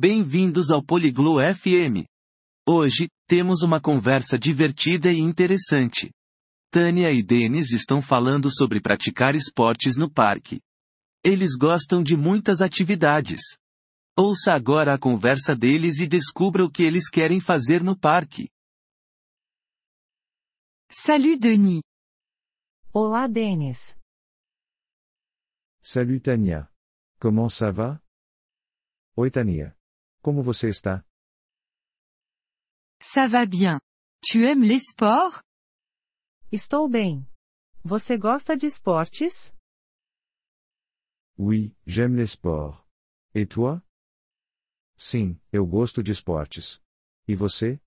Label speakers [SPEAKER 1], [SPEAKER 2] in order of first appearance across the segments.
[SPEAKER 1] Bem-vindos ao Poliglo FM. Hoje, temos uma conversa divertida e interessante. Tânia e Denis estão falando sobre praticar esportes no parque. Eles gostam de muitas atividades. Ouça agora a conversa deles e descubra o que eles querem fazer no parque.
[SPEAKER 2] Salut Denis.
[SPEAKER 3] Olá Denis.
[SPEAKER 4] Salut Tania. Comment ça va? Oi Tania. Como você está?
[SPEAKER 2] Ça va bien. Tu aimes les sports?
[SPEAKER 3] Estou bem. Você gosta de esportes?
[SPEAKER 4] Oui, j'aime les sports. Et toi? Sim, eu gosto de esportes. E você?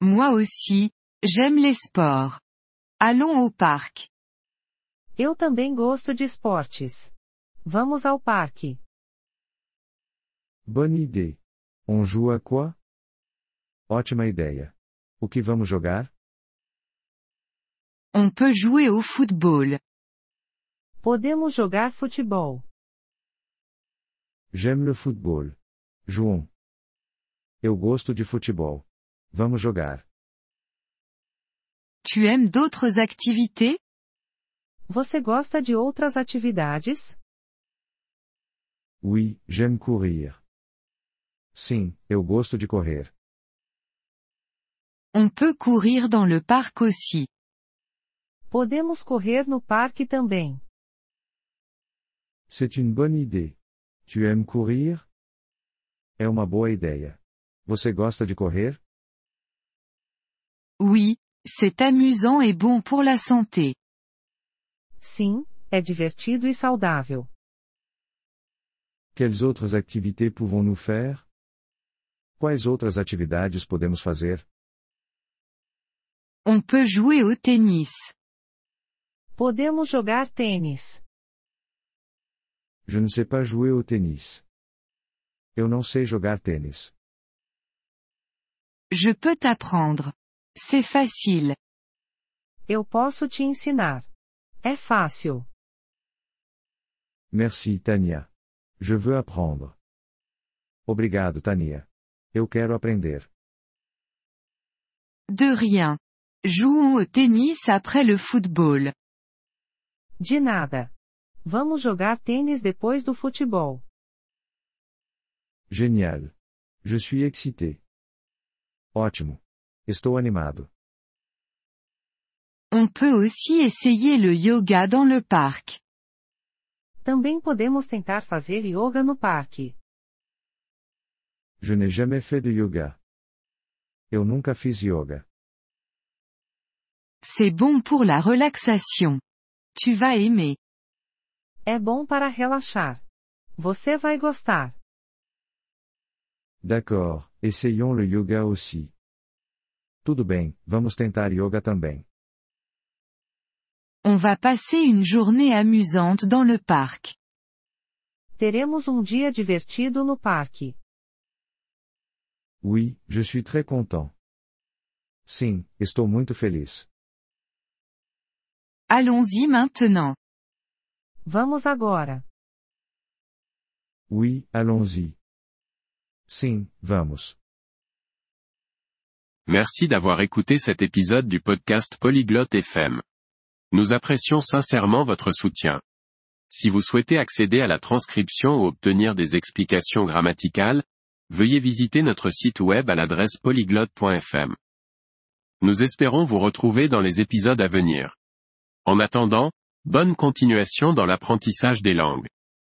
[SPEAKER 2] Moi aussi, j'aime les sports. Allons au parc.
[SPEAKER 3] Eu também gosto de esportes. Vamos ao parque.
[SPEAKER 4] Bonne idée. On joue à quoi? Ótima ideia. O que vamos jogar?
[SPEAKER 2] On peut jouer au football.
[SPEAKER 3] Podemos jogar futebol.
[SPEAKER 4] J'aime le football. João. Eu gosto de futebol. Vamos jogar.
[SPEAKER 2] Tu aimes d'autres activités?
[SPEAKER 3] Você gosta de outras atividades?
[SPEAKER 4] Oui, j'aime courir. Sim, eu gosto de correr.
[SPEAKER 2] On peut courir dans le parc aussi.
[SPEAKER 3] Podemos correr no parque também.
[SPEAKER 4] C'est une bonne idée. Tu aimes courir? É uma boa ideia. Você gosta de correr?
[SPEAKER 2] Oui, c'est amusant et bon pour la santé.
[SPEAKER 3] Sim, é divertido e saudável.
[SPEAKER 4] Quelles autres activités pouvons-nous faire? Quais outras atividades podemos fazer?
[SPEAKER 2] On peut jouer au tennis.
[SPEAKER 3] Podemos jogar tênis.
[SPEAKER 4] Je ne sais pas jouer au tennis. Eu não sei jogar tênis.
[SPEAKER 2] Je peux t'apprendre. C'est facile.
[SPEAKER 3] Eu posso te ensinar. É fácil.
[SPEAKER 4] Merci Tania. Je veux apprendre. Obrigado Tania. Eu quero aprender.
[SPEAKER 2] De rien. Jouons au tennis après le football.
[SPEAKER 3] De nada. Vamos jogar tênis depois do futebol.
[SPEAKER 4] Génial. Je suis excité. Ótimo. Estou animado.
[SPEAKER 2] On peut aussi essayer le yoga dans le parc.
[SPEAKER 3] Também podemos tentar fazer yoga no parque.
[SPEAKER 4] Je n'ai jamais fait de yoga. Eu nunca fiz yoga.
[SPEAKER 2] C'est bon pour la relaxation. Tu vas aimer.
[SPEAKER 3] É bom para relaxar. Você vai gostar.
[SPEAKER 4] D'accord, essayons le yoga aussi. Tudo bem, vamos tentar yoga também.
[SPEAKER 2] On va passer une journée amusante dans le parc.
[SPEAKER 3] Teremos um dia divertido no parque.
[SPEAKER 4] Oui, je suis très content. Sim, estou muito feliz.
[SPEAKER 2] Allons-y maintenant.
[SPEAKER 3] Vamos agora.
[SPEAKER 4] Oui, allons-y. Sim, vamos.
[SPEAKER 5] Merci d'avoir écouté cet épisode du podcast Polyglotte FM. Nous apprécions sincèrement votre soutien. Si vous souhaitez accéder à la transcription ou obtenir des explications grammaticales, veuillez visiter notre site web à l'adresse polyglotte.fm. Nous espérons vous retrouver dans les épisodes à venir. En attendant, bonne continuation dans l'apprentissage des langues.